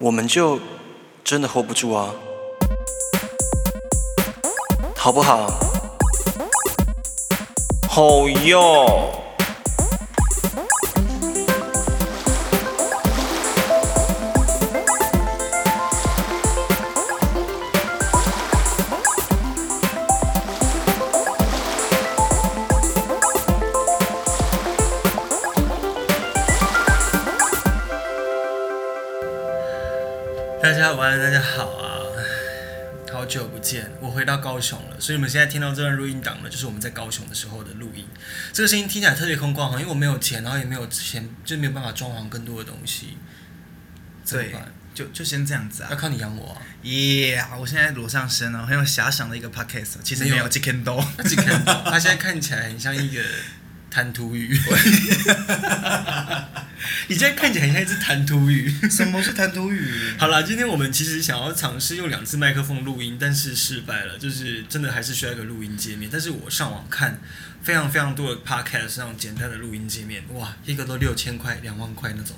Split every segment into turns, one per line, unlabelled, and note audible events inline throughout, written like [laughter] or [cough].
我们就真的 hold 不住啊，好不好？好哟。
大家午安，大家好啊！好久不见，我回到高雄了，所以你们现在听到这段录音档呢，就是我们在高雄的时候的录音。这个声音听起来特别空旷啊哈，因为我没有钱，然后也没有钱，就没有办法装潢更多的东西。怎么
对
办，
就就先这样子
要
啊。
靠你养我啊！
耶、我现在裸上身哦了，很有遐想的一个 podcast，其哦实没
没有
有
[laughs]
chicken d o
他只看，他现在看起来很像一个弹涂鱼。 [laughs] 你现在看起来很像一只弹涂鱼。
什么是弹涂语？
好啦，今天我们其实想要尝试用两次麦克风录音，但是失败了，就是真的还是需要一个录音界面。但是我上网看非常非常多的 podcast 那种简单的录音界面，哇，一个都六千块、两万块那种，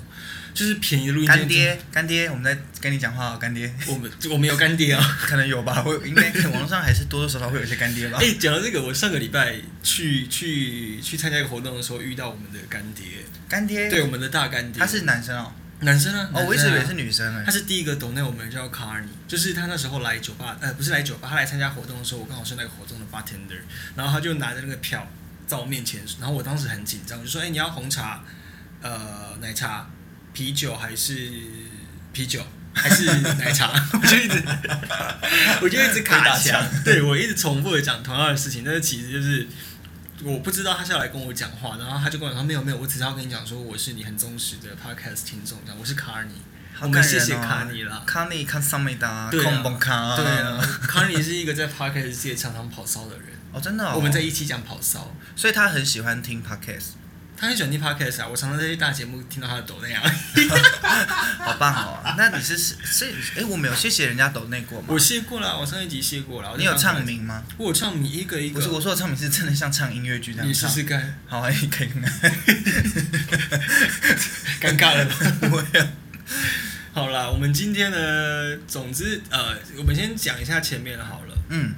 就是便宜的录音界面。
[laughs] 干爹，干爹，我们在跟你讲话、哦，干爹，
我们我们有干爹啊！
可能有吧，我应该网络上还是多多少少会有一些干爹吧。
[laughs] 哎、讲到这个，我上个礼拜去去去参加一个活动的时候，遇到我们的干爹，
干爹，
对我们的大干爹，
他是男生哦，
男生啊，
哦，我一直以为
男生啊
是女生
他
哎。
是第一个懂内我们叫卡尔尼，就是他那时候来酒吧，呃，不是来酒吧，他来参加活动的时候，我刚好是那个活动的 bartender，然后他就拿着那个票在我面前，然后我当时很紧张，我就说，哎、你要红茶，呃，奶茶，啤酒还是啤酒还是奶茶？ [laughs] 我就一直，我就一直
鬼
卡
打
墙
墙，
对我一直重复的讲同样的事情，但是其实就是。我不知道他是要来跟我讲话，然后他就跟我说没有没有，我只是要跟你讲说我是你很忠实的 podcast 听众，这样我是卡尔尼，我
好
们
感人
谢
哦
谢卡尼啦，
卡尼卡萨梅达，
对啊
空蹦卡，
对啊，，康妮是一个在 podcast 界常常跑骚的人。
哦，真的、哦，
我们在，一起讲跑骚，
所以他很喜欢听 podcast，
他很喜欢听 podcast 啊。我常常在一些大节目听到他的抖啊
[laughs]
那样。
好棒
[laughs]
哦。那你是是，所以哎，我们有谢谢人家抖内过吗
我？谢过了，我上一集谢过了。
你有唱
名？
名吗？
我有唱名一个一个。
不是我说的唱名是真的像唱音乐剧那样
你试
唱。
试看， [laughs]
好啊，你可以看看。
尴尬了吧？
不会啊
好啦，我们今天呢，总之呃，我们先讲一下前面好了。
嗯，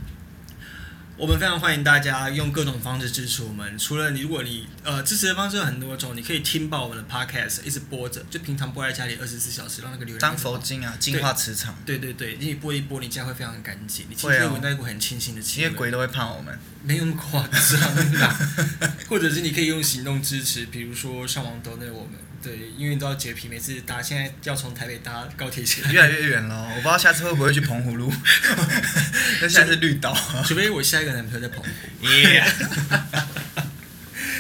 我们非常欢迎大家用各种方式支持我们。除了你，如果你呃支持的方式有很多种，你可以听爆我们的 podcast，一直播着，就平常播在家里二十四小时，让那个流量
当
一直跑
佛经啊，净化磁场，
对对对，你拨一拨，你家会非啊常干净，你其
会
实
哦
闻到一股很清新的气
因
味。
为鬼都会怕我们。
没有那么夸张 [laughs] 啦，或者是你可以用行动支持，比如说上网 donate 我们。对，因为你知道洁癖每次搭现在要从台北搭高铁 [laughs] 起来，
越来越远了，我不知道下次会不会去澎湖
[laughs]
路，那现在是绿岛，
除非我下一个男朋友在澎湖。
[laughs]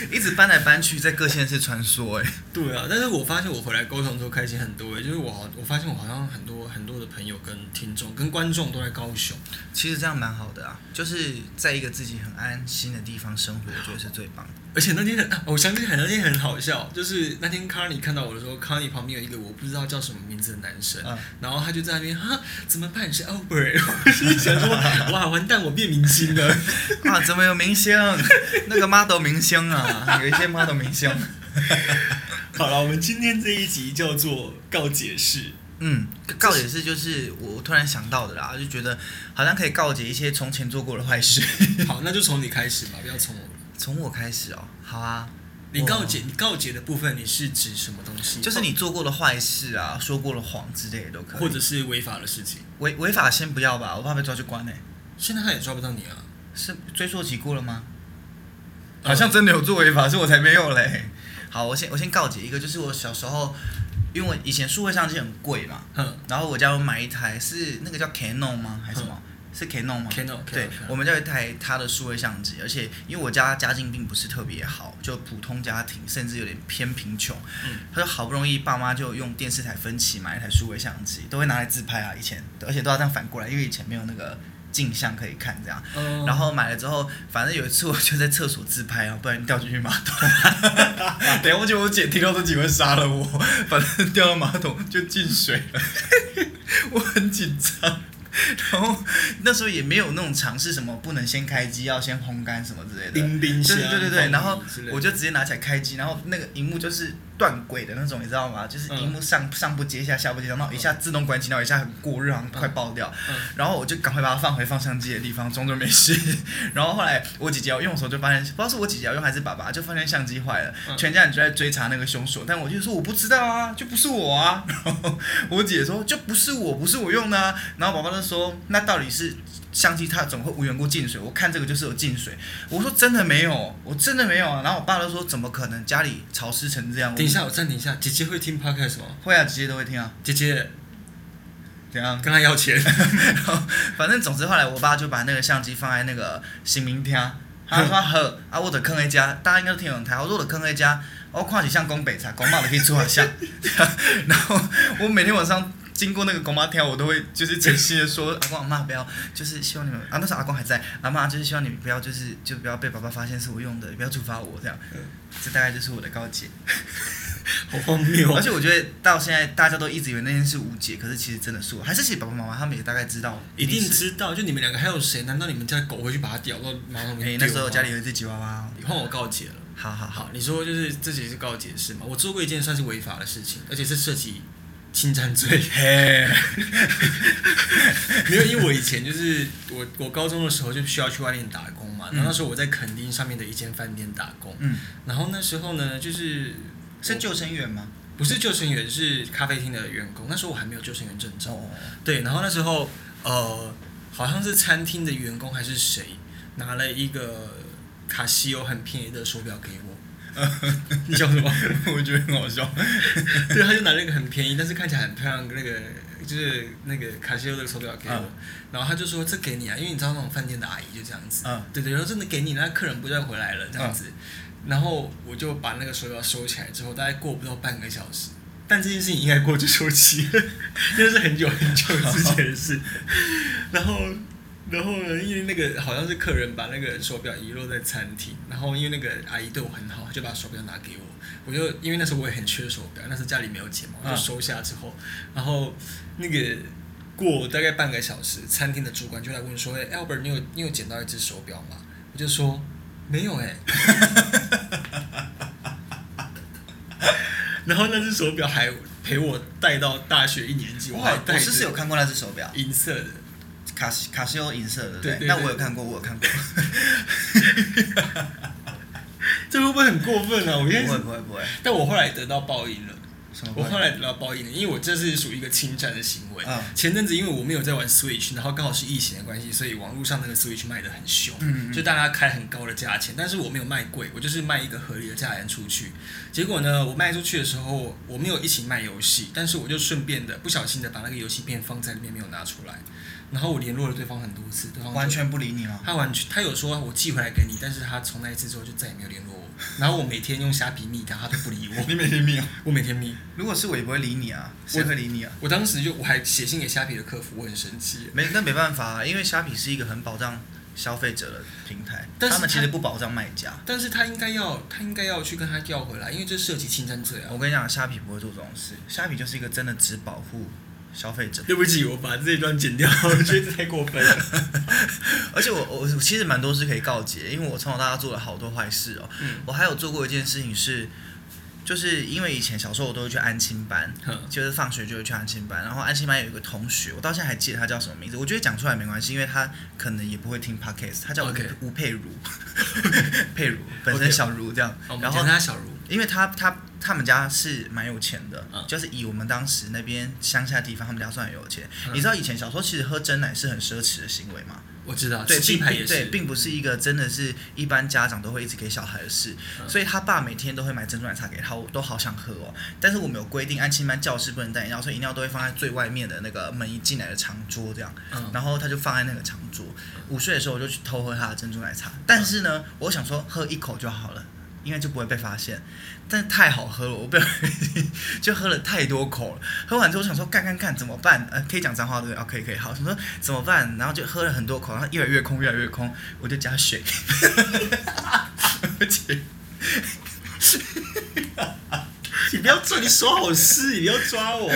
一直搬来搬去，在各县市穿梭、哎，
对啊，但是我发现我回来高雄之后开心很多欸，就是我好，我发现我好像很多很多的朋友跟听众跟观众都在高雄。
其实这样蛮好的啊，就是在一个自己很安心的地方生活，我觉得是最棒的。
而且那天很，我想起来那天很好笑，就是那天康妮看到我的时候，康妮旁边有一个我不知道叫什么名字的男生，
嗯
然后他就在那边哈怎么办是 Albert，我心想说哇完蛋我变明星
[laughs]
了，
啊，怎么有明星？那个 model 明星啊，有一些 model 明星。
好了，我们今天这一集叫做告解释，
嗯，告解是就是我突然想到的啦，就觉得好像可以告解一些从前做过的坏事。
[laughs]
[laughs]
好那就从你开始吧，不要从我，
从我开始哦，好啊，
你告解你告解的部分你是指什么东西？
就是你做过的坏事啊，说过的谎之类的都可以。
或者是违法的事情，
违违法先不要吧，我怕被抓去关呢、欸
现在他也抓不到你啊，
是追溯期过了吗？
呃
好像真的有做违法，是我才没有嘞。好，我先我先告解一个，就是我小时候，因为我以前数位相机很贵嘛，
哼
然后我家有买一台是那个叫 Canon 吗？还是什么？是 Canon 吗
嗯 Canon，
对
Canon，Canon
我们家有一台它的数位相机，而且因为我家家境并不是特别好，就普通家庭，甚至有点偏贫穷，
嗯
他就好不容易爸妈就用电视台分期买一台数位相机，都会拿来自拍啊，以前，而且都要这样反过来，因为以前没有那个镜像可以看这样。
嗯
然后买了之后，反正有一次我就在厕所自拍啊，不然掉进去马桶。 [laughs] 等一下我觉得我姐听到这几会杀了我，反正掉到马桶就进水了， [laughs] 我很紧张。然后那时候也没有那种尝试什么不能先开机，要先烘干什么之类的。
冰冰箱，
对对对对对，然后
之类的
我就直接拿起来开机，然后那个荧幕就是断轨的那种，你知道吗？就是
嗯
荧幕上、上不接下，下不接上，然后一下自动关机，然后一下很过热，然后快爆掉。
嗯
然后我就赶快把它放回放相机的地方，装作没事。 [laughs] 然后后来我姐姐要用的时候，就发现不知道是我姐姐要用还是爸爸，就发现相机坏了，
嗯
全家人就在追查那个凶手，但我就说我不知道啊，就不是我啊。然后我姐说就不是我，不是我用的、啊。然后爸爸就说那到底是相机它怎么会无缘无故进水？我看这个就是有进水。我说真的没有，我真的没有啊。然后我爸就说怎么可能，家里潮湿成这样。
等一下，我暂停一下。姐姐会听 podcast 吗？
会啊，姐姐都会听啊，
姐姐
怎样？
跟她要 [laughs] 钱，
然后反正总之后来我爸就把那个相机放在那个新民厅，啊他说好啊，我的坑一家，大家应该都听得懂台，我说我的坑一家，我看起像拱北茶，拱马的可以做一下， [laughs] 然后我每天晚上。经过那个公妈厅，我都会就是诚心的说，阿公阿妈不要，就是希望你们啊那时候阿公还在，阿妈就是希望你们不要就是就不要被爸爸发现是我用的，不要处罚我这样，这大概就是我的告诫。
好荒谬
而
哦。
且我觉得到现在大家都一直以为那件事无解，可是其实真的是我，还是其实爸爸妈妈他们也大概知道，
一定
是
知道，就你们两个还有谁？难道你们家狗会去把它叼到马桶里
哎、
面丢吗？
那时候家里有一只吉娃娃，
换我告解了。
好好好，
好，你说就是这其实是告解释嘛？我做过一件算是违法的事情，而且是涉及侵占 [laughs] 罪。
嘿，
没有，因为我以前就是我我高中的时候就需要去外面打工嘛，然后那时候我在垦丁上面的一间饭店打工，
嗯，
然后那时候呢就是
是救生员吗？
不是救生员是咖啡厅的员工，那时候我还没有救生员证照，
哦，
对，然后那时候呃好像是餐厅的员工还是谁拿了一个卡西欧很便宜的手表给我， [laughs] 你笑什么？
[laughs] 我觉得很好笑，
[laughs] 对，他就拿了一个很便宜，但是看起来很漂亮的那个，就是那个卡西欧的手表给我，
嗯
然后他就说这给你啊，因为你知道那种饭店的阿姨就这样子，
嗯
对对，然后真的给你，那客人不再回来了这样子，然后我就把那个手表收起来之后，大概过不到半个小时。但这件事情应该过去收期了，因为是很久很久之前的事。然后，然后呢，因为那个好像是客人把那个手表遗落在餐厅，然后因为那个阿姨对我很好，她就把手表拿给我，我就因为那时候我也很缺手表，那时候家里没有钱嘛，我就
嗯
收下之后，然后那个过大概半个小时，餐厅的主管就来问说：“哎、a l b e r t 你有你有捡到一只手表吗？”我就说：“没有哎、 [laughs] 然后那只手表还陪我戴到大学一年级，
我
还
好
戴
我
着
是是有看过那只手表，
银色的。
卡西卡西欧银色的，
对对
对不，那
对
我有看过，我有看过，
这会不会很过分啊？我
不
现在
会
是，
不会不会，
但我后来得到报应了。
什么
我
不
后
会？
来得到报应了，因为我这是属于一个侵占的行为。
嗯
前阵子因为我没有在玩 Switch，然后刚好是疫情的关系，所以网络上那个 Switch 卖的很凶，
嗯嗯
就大家开很高的价钱，但是我没有卖贵，我就是卖一个合理的价钱出去。结果呢，我卖出去的时候，我没有一起卖游戏，但是我就顺便的不小心的把那个游戏片放在里面没有拿出来，然后我联络了对方很多次，对方就
完全不理你吗？
他完全，他有说我寄回来给你，但是他从那一次之后就再也没有联络我。然后我每天用虾皮密他，他都不理我。
你每天密啊？
我每天密，
如果是我也不会理你啊，谁会理你啊？
我当时就我还写信给虾皮的客服，我很生气。
没，那没办法、啊，因为虾皮是一个很保障消费者的平台，
但是
他们其
它
实不保障卖家。
但是他应该要，他应该要去跟他要回来，因为这涉及侵占罪啊。
我跟你讲，虾皮不会做这种事，虾皮就是一个真的只保护消费者。
对不起，我把这一段剪掉， [laughs] 我觉得这太过分了。
而且我我我其实蛮多事可以告诫，因为我从小到大做了好多坏事哦。
嗯
我还有做过一件事情是，就是因为以前小时候我都会去安亲班，
哼
就是放学就会去安亲班，然后安亲班有一个同学，我到现在还记得他叫什么名字，我觉得讲出来没关系，因为他可能也不会听 podcast，他叫吴
OK
吴
[laughs]
佩如，佩如本身小茹这样
好我们
然后
讲他小茹，
因为他他他们家是蛮有钱的，
嗯
就是以我们当时那边乡下地方，他们家算很有钱。
嗯
你知道以前小时候其实喝真奶是很奢侈的行为嘛？
我知道，
对，
啊吃鸡
并
排也
并对，
是。
并不是一个真的是一般家长都会一直给小孩的事。
嗯
所以他爸每天都会买珍珠奶茶给他，我都好想喝哦。但是我们有规定，安亲班教室不能带饮料，所以饮料都会放在最外面的那个门一进来的长桌这样。
嗯
然后他就放在那个长桌。午睡的时候我就去偷喝他的珍珠奶茶，但是呢，我想说喝一口就好了，因为就不会被发现。但太好喝了，我被 [laughs] 就喝了太多口了。喝完之后我想说干干干怎么办？呃，可以讲脏话对不对？啊，可以可以，好，想说怎么办？然后就喝了很多口，然后越来越空，越来越空，我就加水，而且。
你不要做，你手好湿，你不要抓我。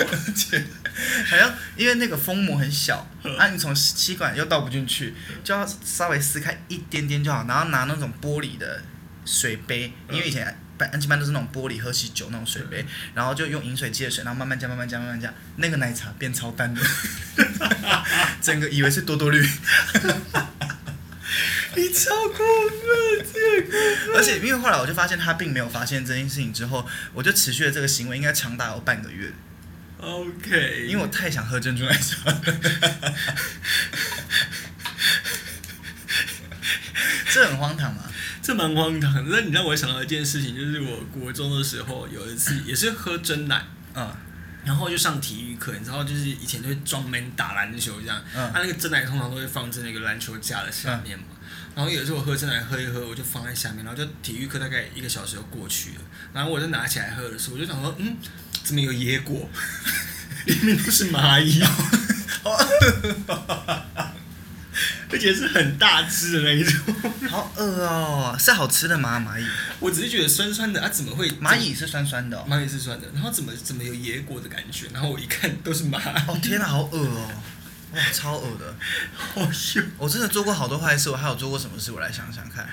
[laughs]
还要因为那个封膜很小，啊，你从吸管又倒不进去，就要稍微撕开一点点就好，然后拿那种玻璃的水杯，因为以前班安静班都是那种玻璃喝喜酒那种水杯，然后就用饮水机的水，然后慢慢加慢慢加慢慢加，那个奶茶变超淡的， [laughs] 整个以为是多多绿。你超过分，这个。而且因为后来我就发现他并没有发现这件事情之后，我就持续了这个行为，应该长达有半个月，
OK，
因为我太想喝珍珠奶茶了。这很荒唐嘛？
这蛮荒唐的。那你让我想到一件事情，就是我国中的时候有一次也是喝真奶，
嗯
然后就上体育课，你知道，就是以前就会装门打篮球这样，
嗯
他、那个真奶通常都会放在那个篮球架的下面嘛。然后有时候我喝真奶喝一喝，我就放在下面，然后就体育课大概一个小时就过去了，然后我就拿起来喝的时候，我就想说，嗯，怎么有野果？ [laughs] 里面都是蚂
[laughs]
蚁， [laughs] 而且是很大只的那一种。
好饿哦，是好吃的吗？蚂蚁，
我只是觉得酸酸的，啊，怎么会
蚂蚁是酸酸的哦。
蚂蚁是酸的，然后怎么怎么有野果的感觉？然后我一看都是蚂
哦
蚁，
天哪，好饿哦，哇，超饿的。
好羞。
我真的做过好多坏事，我还有做过什么事？我来想想看。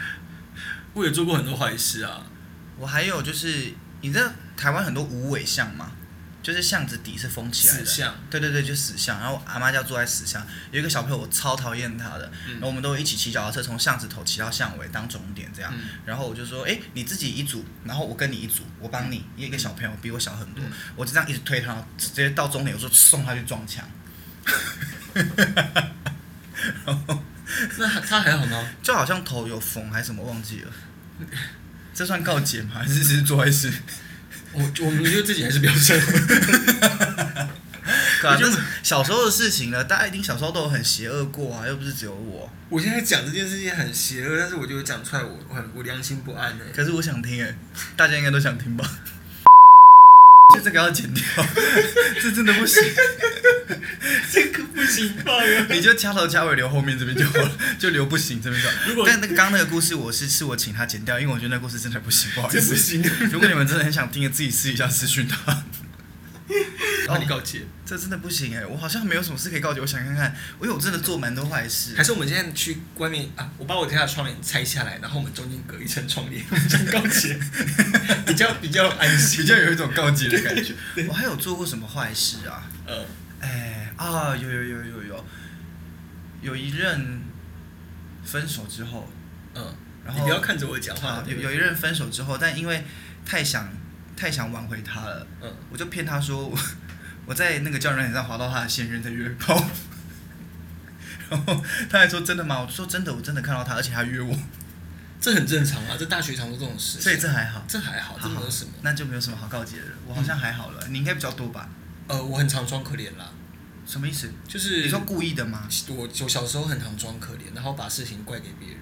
我也做过很多坏事啊，
我还有就是，你知道台湾很多无尾巷吗？就是巷子底是封起来的。
死巷
对对对，就死巷。然后我阿妈家住在死巷，有一个小朋友我超讨厌他的，然后我们都一起骑脚踏车从巷子头骑到巷尾当终点这样。
嗯
然后我就说，哎，你自己一组，然后我跟你一组，我帮你。一个小朋友比我小很多，
嗯
我就这样一直推他，直接到终点，我说送他去撞墙。 [laughs]
那他他还好吗？
就好像头有缝还是什么忘记了，这算告解吗？还是只是做坏事？
我我们觉得自己还是比较 [laughs] 社会。
对啊，但是小时候的事情呢，大家一定小时候都有很邪恶过啊，又不是只有我。
我现在讲这件事情很邪恶，但是我觉得讲出来我我很我良心不安呢、欸
可是我想听哎、大家应该都想听吧？ [laughs] 就这个要剪掉， [laughs] 这真的不行，
这个不行吧？
你就掐头掐尾留后面这边就好
[laughs]
了，就留不行这边就好。
如果
但那个刚刚那个故事，我是是我请他剪掉，因为我觉得那故事真的不行，不好意
[laughs] 这不 [laughs]
思。
行，
如果你们真的很想听，自己试一下私讯他。
然后你告诫，
这真的不行哎、我好像没有什么事可以告诫。我想看看，因为我真的做蛮多坏事
还。是我们现在去外面啊？我把我家的窗帘拆下来，然后我们中间隔一层窗 [laughs] 帘，我们讲告诫，比较比较安 [laughs] 心，
比较有一种告诫的感
[laughs]
觉。我还有做过什么坏事啊？
呃，
哎啊，有有有有有，有一任分手之后，
嗯，
然
你
后
不要看着我讲话
啊，有有一任分手之后，但因为太想太想挽回他了，
嗯，
我就骗他说 [laughs] 我我在那个交友软件上滑到他的现任在约炮， [laughs] 然后他还说真的吗？我说真的，我真的看到他，而且他约我，
这很正常啊，这大学常做这种事，
所以这还好。
这还好，这没有什么。
那就没有什么好告诫的了。我好像还好
嗯
了，你应该比较多吧？
呃，我很常装可怜啦，
什么意思？
就是
你说故意的吗？
我我小时候很常装可怜，然后把事情怪给别人。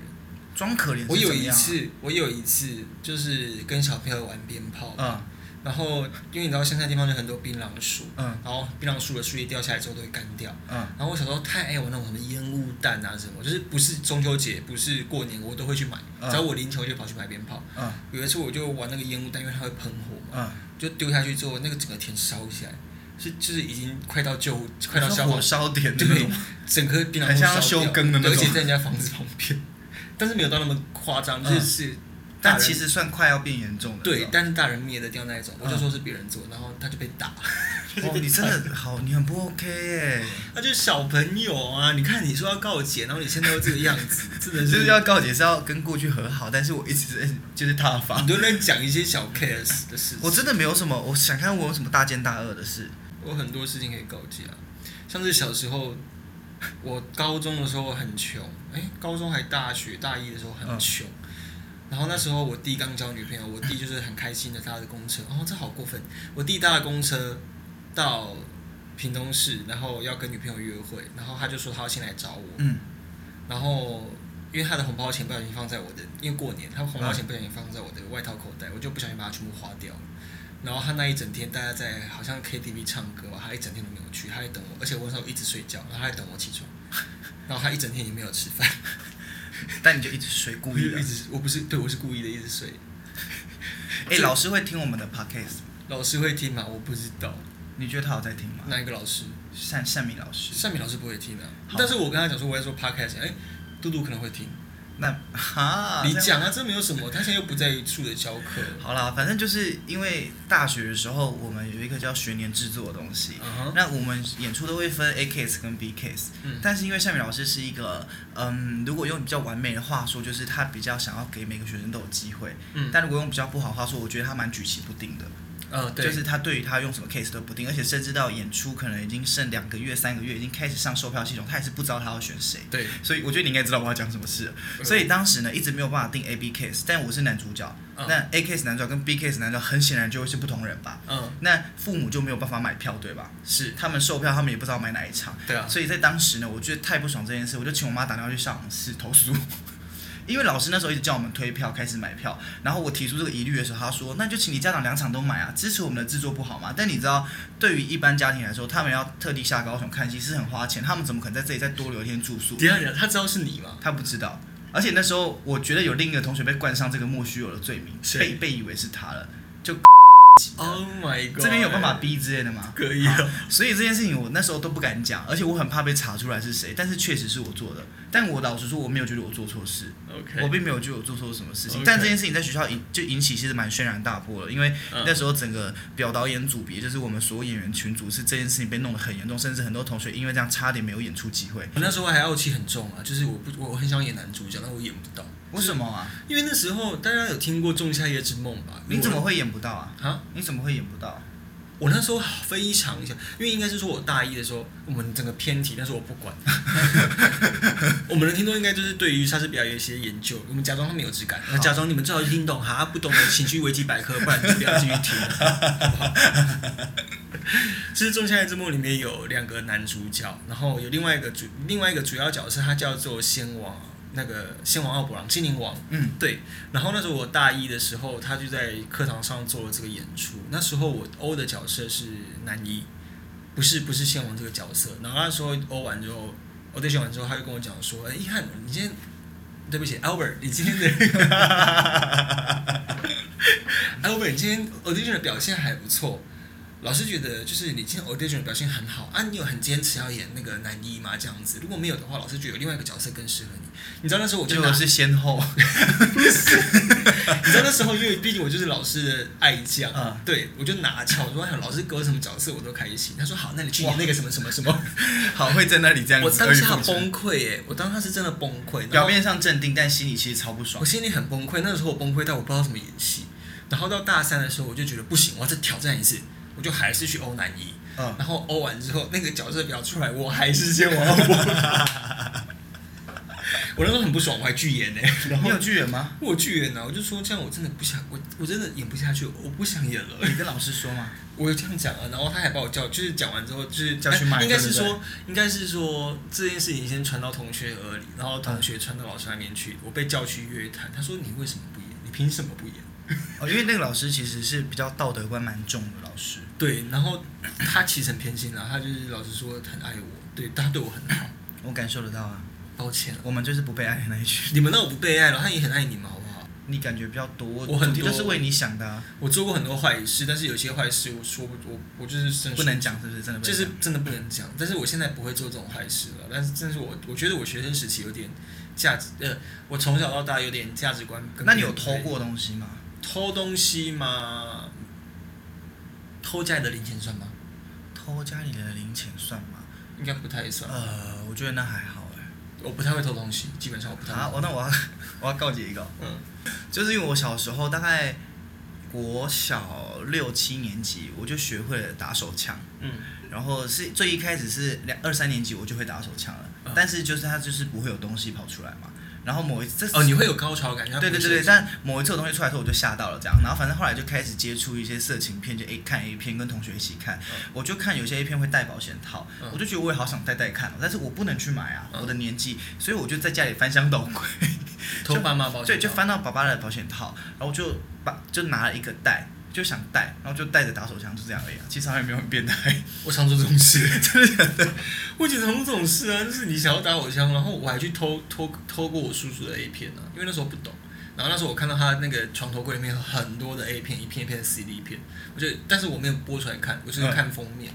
装可怜是
我有
怎么
一
样啊，
次，我有一次就是跟小朋友玩鞭炮，
嗯
然后因为你知道乡下地方有很多槟榔树，
嗯
然后槟榔树的树叶掉下来之后都会干掉。
嗯
然后我小时候太爱玩那种什么烟雾弹啊什么，就是不是中秋节，不是过年，我都会去买。
嗯
只要我零钱，我就跑去买鞭炮。
嗯
有一次我就玩那个烟雾弹，因为它会喷火嘛，
嗯，
就丢下去之后，那个整个田烧起来，是就是已经快到救护，快到
你说
消防
火烧点的那
对
种，，
整棵槟榔
很
树
像
烧
要休
掉
耕的那
对而
种
且在人家房子旁边， [laughs] 但是没有到那么夸张，就是
嗯
是大人，
但其实算快要变严重了。
对
是，吧
但是大人灭得掉那一种，我就
嗯
说是别人做，然后他就被打，
哦，你真的好，你很不 OK 耶，
[laughs] 那就是小朋友啊，你看你说要告解，然后你现在又这个样子，真 [laughs] 的
就是
是
要告解是要跟过去和好，但是我一直在就是踏伐
你。都在讲一些小 case 的事情，
[laughs] 我真的没有什么，我想看我有什么大奸大恶的事。
我很多事情可以告诫啊，像是小时候，我高中的时候很穷，哎、高中还大学大一的时候很穷，然后那时候我弟刚交女朋友，我弟就是很开心的搭着公车，哦，这好过分，我弟搭了公车到屏东市，然后要跟女朋友约会，然后他就说他要先来找我，
嗯
然后因为他的红包钱不小心放在我的，因为过年他红包钱不小心放在我的外套口袋，我就不小心把它全部花掉了。然后他那一整天大家在好像 KTV 唱歌吧，他一整天都没有去，他在等我，而且我那时候一直睡觉，然后他在等我起床，然后他一整天也没有吃饭，
但你就一直睡，故意
我就一
[laughs] 的。
直我不是对我是故意的，一直睡。
哎，老师会听我们的 podcast，
老师会听吗？我不知道，
你觉得他有在听吗？
哪一个老师？
善善明老师，
善敏老师不会听的、
好
但是我跟他讲说我在做 podcast，哎，嘟嘟可能会听，
那哈，
你
这样
讲啊，这没有什么，他现在又不在数学教课。
好啦，反正就是因为大学的时候，我们有一个叫学年制作的东西。
嗯哼，
那我们演出都会分 A case 跟 B case，、
嗯
但是因为夏明老师是一个，嗯，如果用比较完美的话说，就是他比较想要给每个学生都有机会，
嗯
但如果用比较不好的话说，我觉得他蛮举棋不定的，
呃，对，
就是他对于他用什么 case 都不定，而且甚至到演出可能已经剩两个月、三个月，已经开始上售票系统，他也是不知道他要选谁。
对，
所以我觉得你应该知道我要讲什么事了。所以当时呢，一直没有办法定 A B case，但我是男主角，
嗯
那 A case 男主角跟 B case 男主角很显然就会是不同人吧？
嗯，
那父母就没有办法买票，对吧？
是，
他们售票，他们也不知道买哪一场，
对啊，
所以在当时呢，我觉得太不爽这件事，我就请我妈打电话去校长室投诉。 [laughs] 因为老师那时候一直叫我们推票，开始买票，然后我提出这个疑虑的时候，他说：“那就请你家长两场都买啊，支持我们的制作不好吗？”但你知道，对于一般家庭来说，他们要特地下高雄看戏是很花钱，他们怎么可能在这里再多留一天住宿？
等一下，等一下他知道是你吗？
他不知道。而且那时候，我觉得有另一个同学被冠上这个莫须有的罪名，
谁
被被以为是他了。
Oh my god！
这边有办法逼之类的吗？
哎可以啊，
所以这件事情我那时候都不敢讲，而且我很怕被查出来是谁。但是确实是我做的，但我老实说，我没有觉得我做错事
OK
我并没有觉得我做错什么事情。
OK
但这件事情在学校引就引起其实蛮轩然大波了，因为
嗯
那时候整个表导演组别，就是我们所有演员群组，是这件事情被弄得很严重，甚至很多同学因为这样差点没有演出机会。
我那时候还傲气很重啊，就是我不我我很想演男主角，但我演不到。
为什么啊？
因为那时候大家有听过《仲夏夜之梦》吧？
你怎么会演不到啊？
啊？
你怎么会演不到啊、
我那时候非常想，因为应该是说我大一的时候，我们整个偏题，但是我不管。 [laughs] 我们的听众应该就是对于莎士比亚有一些研究，我们假装他们有质感，假装你们最好是听懂哈，啊不懂的请去维基百科，不然就不要继续听了，好不好？其实《仲夏夜之梦》里面有两个男主角，然后有另外一个主另外一个主要角色，他叫做仙王，那个仙王奥布朗，精灵王。
嗯，
对。然后那时候我大一的时候，他就在课堂上做了这个演出。那时候我欧的角色是男一，不是不是仙王这个角色。然后那时候欧完之后，audition 哦完之后，他就跟我讲说：“哎，一翰，你今天对不起，Albert，你今天的 Albert，你今天 audition 的表现还不错。”老师觉得就是你今天 audition 的表现很好啊，你有很坚持要演那个男一嘛？这样子，如果没有的话，老师觉得有另外一个角色更适合你。你知道那时候我就
结
拿
果是先后，
你知道那时候，因为毕竟我就是老师的爱将，
嗯
对我就拿翘，我说哎老师给我什么角色我都开心。他说好，那你去演那个什么什么什么。
好会在那里这样子
我当时
阿
好
谀奉承
崩溃耶，我当时是真的崩溃，然后
表面上镇定，但心里其实超不爽
我。心里很崩溃。那时候我崩溃到我不知道怎么演戏，然后到大三的时候我就觉得不行，我要再挑战一次，我就还是去欧南一。
嗯，
然后欧完之后，那个角色表出来，我还是先
[laughs]
王我。我那时候很不爽，我还拒演呢、 [laughs] 然
你
后
有拒演吗？
我拒演呢、啊我就说这样我真的不想，我我真的演不下去，我不想演了。
你跟老师说吗？
我有这样讲啊，然后他还把我叫，就是讲完之后就是
叫去骂
哎应该是
对
说，应该是说这件事情先传到同学耳里，然后同学传到老师那边去，我被叫去约谈，他说你为什么不演？你凭什么不演？
哦，因为那个老师其实是比较道德观蛮重的老师。
对，然后他其实很偏心啊啦，他就是老实说很爱我，对他对我很好，
我感受得到啊，
抱歉了，
我们就是不被爱的那一群。
你们那我不被爱了，他也很爱你们，好不好？
你感觉比较多，
我很
主题
多
都是为你想的、啊，
我做过很多坏事，但是有些坏事我说不，我我就是真的
不
说
能讲是不是？真的不
就
能
是
讲
真的不能讲，但是我现在不会做这种坏事了。但是，但是我我觉得我学生时期有点价值，呃，我从小到大有点价值观跟别人不太一样。
那你有偷过东西吗？
偷东西吗？偷家里的零钱算吗？
偷家里的零钱算吗？
应该不太算。
呃，我觉得那还好哎、
我不太会偷东西，基本上我不太
好，
会。
我那我要我要告解一个哦，
嗯
就是因为我小时候大概国小六七年级，我就学会了打手枪。
嗯
然后是最一开始是两二三年级我就会打手枪了，
嗯
但是就是它就是不会有东西跑出来嘛。然后某一次
哦，你会有高潮感，
对对对对，但某一次有东西出来的时候我就吓到了这样，然后反正后来就开始接触一些色情片，就 A 看 A 片跟同学一起看，
嗯
我就看有些 A 片会带保险套，
嗯
我就觉得我也好想戴戴看哦，但是我不能去买啊，
嗯
我的年纪，所以我就在家里翻箱倒柜，
偷爸妈包。
对，就。翻到爸爸的保险套，然后就把就拿了一个带，就想戴，然后就带着打手枪，就这样而已、啊，其实好像也没有很变态。
我常做这种事， [laughs] 真的假的？我以前常做这种事啊，就是你想要打我枪，然后我还去偷偷偷过我叔叔的 A 片啊，因为那时候不懂。然后那时候我看到他那个床头柜里面有很多的 A 片，一片一片的 CD 片，我就但是我没有播出来看，我就是看封面。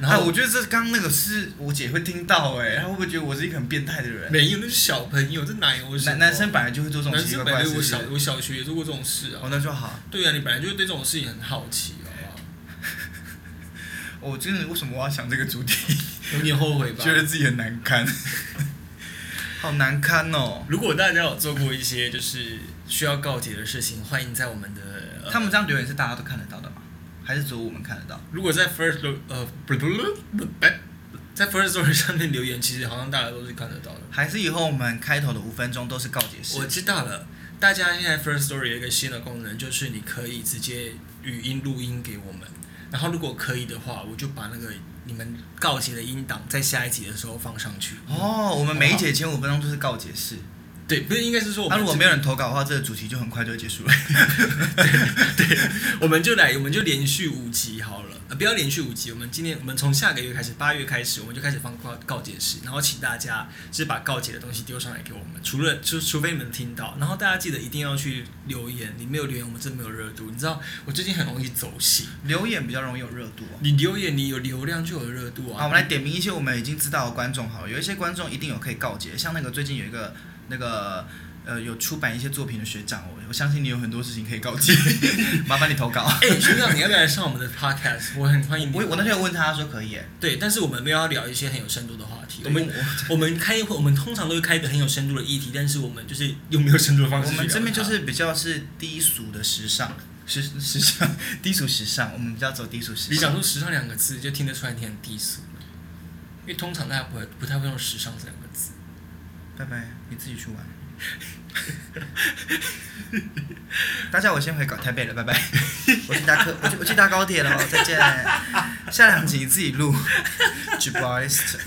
然
哎，
后
嗯我觉得这刚刚那个是我姐会听到哎、她会不会觉得我是一个很变态的人？
没有，那是小朋友，这哪有什么
男男生本来就会做这种
男
奇奇
生
怪
本
怪
来
的
我
事情
小。我小学也做过这种事
哦
啊。，
那就好。
对啊，你本来就对这种事情很好奇，好不好？
哦我真的为什么我要想这个主题？
[laughs] 有点后悔吧
觉？得自己很难
[laughs]
堪，好难堪哦。
如果大家有做过一些就是需要告解的事情，欢迎在我们的、呃、
他们这样留言是大家都看得到的吗？还是只有我们看得到？
如果在 First Lo- 呃不不不不，在 First Story 上面留言，其实好像大家都是看得到的。
还是以后我们开头的五分钟都是告解
我
式？
知道了，大家现在 First Story 有一个新的功能，就是你可以直接语音录音给我们。然后如果可以的话，我就把那个你们告急的音档在下一集的时候放上去。
哦，我们每一节前五分钟都是告解式。
对，不是应该是说我
那、
们
如果
这
没有人投稿的话，这个主题就很快就会结
[laughs]
束了。
我们就来，我们就连续五集好了，呃，不要连续五集，我们今天我们从下个月开始，八月开始，我们就开始放告告解式，然后请大家就是把告解的东西丢上来给我们，除了就除非你们听到，然后大家记得一定要去留言，你没有留言我们真没有热度，你知道我最近很容易走心，
留言比较容易有热度、哦。
你留言你有流量就有热度啊，
好，我们来点名一些我们已经知道的观众好了，有一些观众一定有可以告解，像那个最近有一个那个呃有出版一些作品的学长，我我相信你有很多事情可以告解， [laughs] 麻烦你投稿。
[laughs] 哎、学长你要不要来上我们的 podcast？我很欢迎你，
我我那天有问他，他说可以耶。
对，但是我们没有要聊一些很有深度的话题，我
对
们我们开会，我们通常都会开一个很有深度的议题，但是我们就是用没有深度的方式
我
去
们这边
聊它
就是比较是低俗的时尚，时时尚 [laughs] 低俗时尚，我们比较走低俗时
你讲
尚。
出“时尚”两个字，就听得出来你很低俗了，因为通常大家不会不太会用“时尚”这两个字。
拜拜，你自己去玩。 [laughs] 大家，我先回搞台北了，拜拜。我去搭客，我去我去搭高铁了哦，再见。下两集你自己录。g b o i s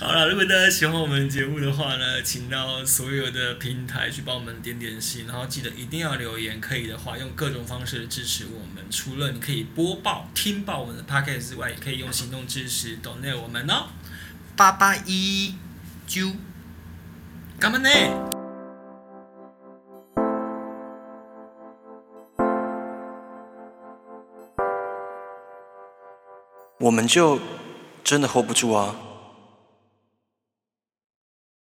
好了，如果大家喜欢我们节目的话呢，请到所有的平台去帮我们点点心，然后记得一定要留言，可以的话用各种方式支持我们。除了你可以播报、听报我们的 podcast 之外，也可以用行动支持 donate 我们哦。
八八一九。
干嘛呢？
我们就真的 hold 不住啊。